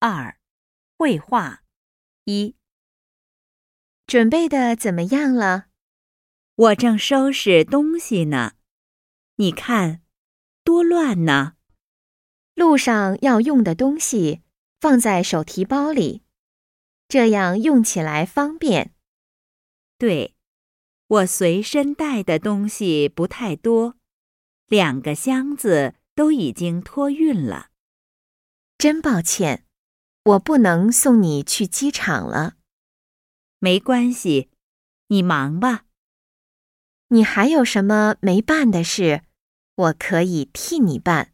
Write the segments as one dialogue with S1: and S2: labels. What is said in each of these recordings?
S1: 二，绘画。一，
S2: 准备的怎么样了？
S1: 我正收拾东西呢，你看，多乱呢！
S2: 路上要用的东西放在手提包里，这样用起来方便。
S1: 对，我随身带的东西不太多，两个箱子都已经托运了。
S2: 真抱歉，我不能送你去机场了。
S1: 没关系，你忙吧。
S2: 你还有什么没办的事，我可以替你办。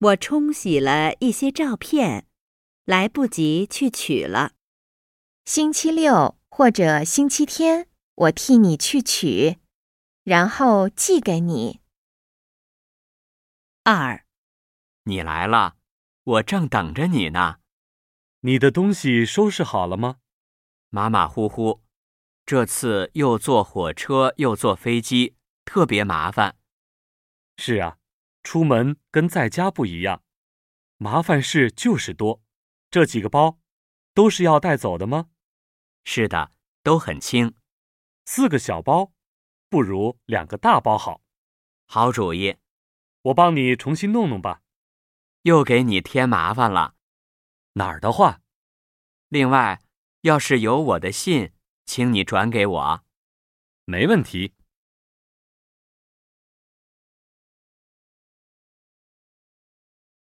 S1: 我冲洗了一些照片，来不及去取了。
S2: 星期六或者星期天，我替你去取，然后寄给你。
S1: 二，
S3: 你来了，我正等着你呢。
S4: 你的东西收拾好了吗？
S3: 马马虎虎，这次又坐火车又坐飞机，特别麻烦。
S4: 是啊，出门跟在家不一样，麻烦事就是多。这几个包都是要带走的吗？
S3: 是的，都很轻。
S4: 四个小包，不如两个大包好。
S3: 好主意，
S4: 我帮你重新弄弄吧。
S3: 又给你添麻烦了。
S4: 哪儿的话？
S3: 另外。要是有我的信，请你转给我，
S4: 没问题。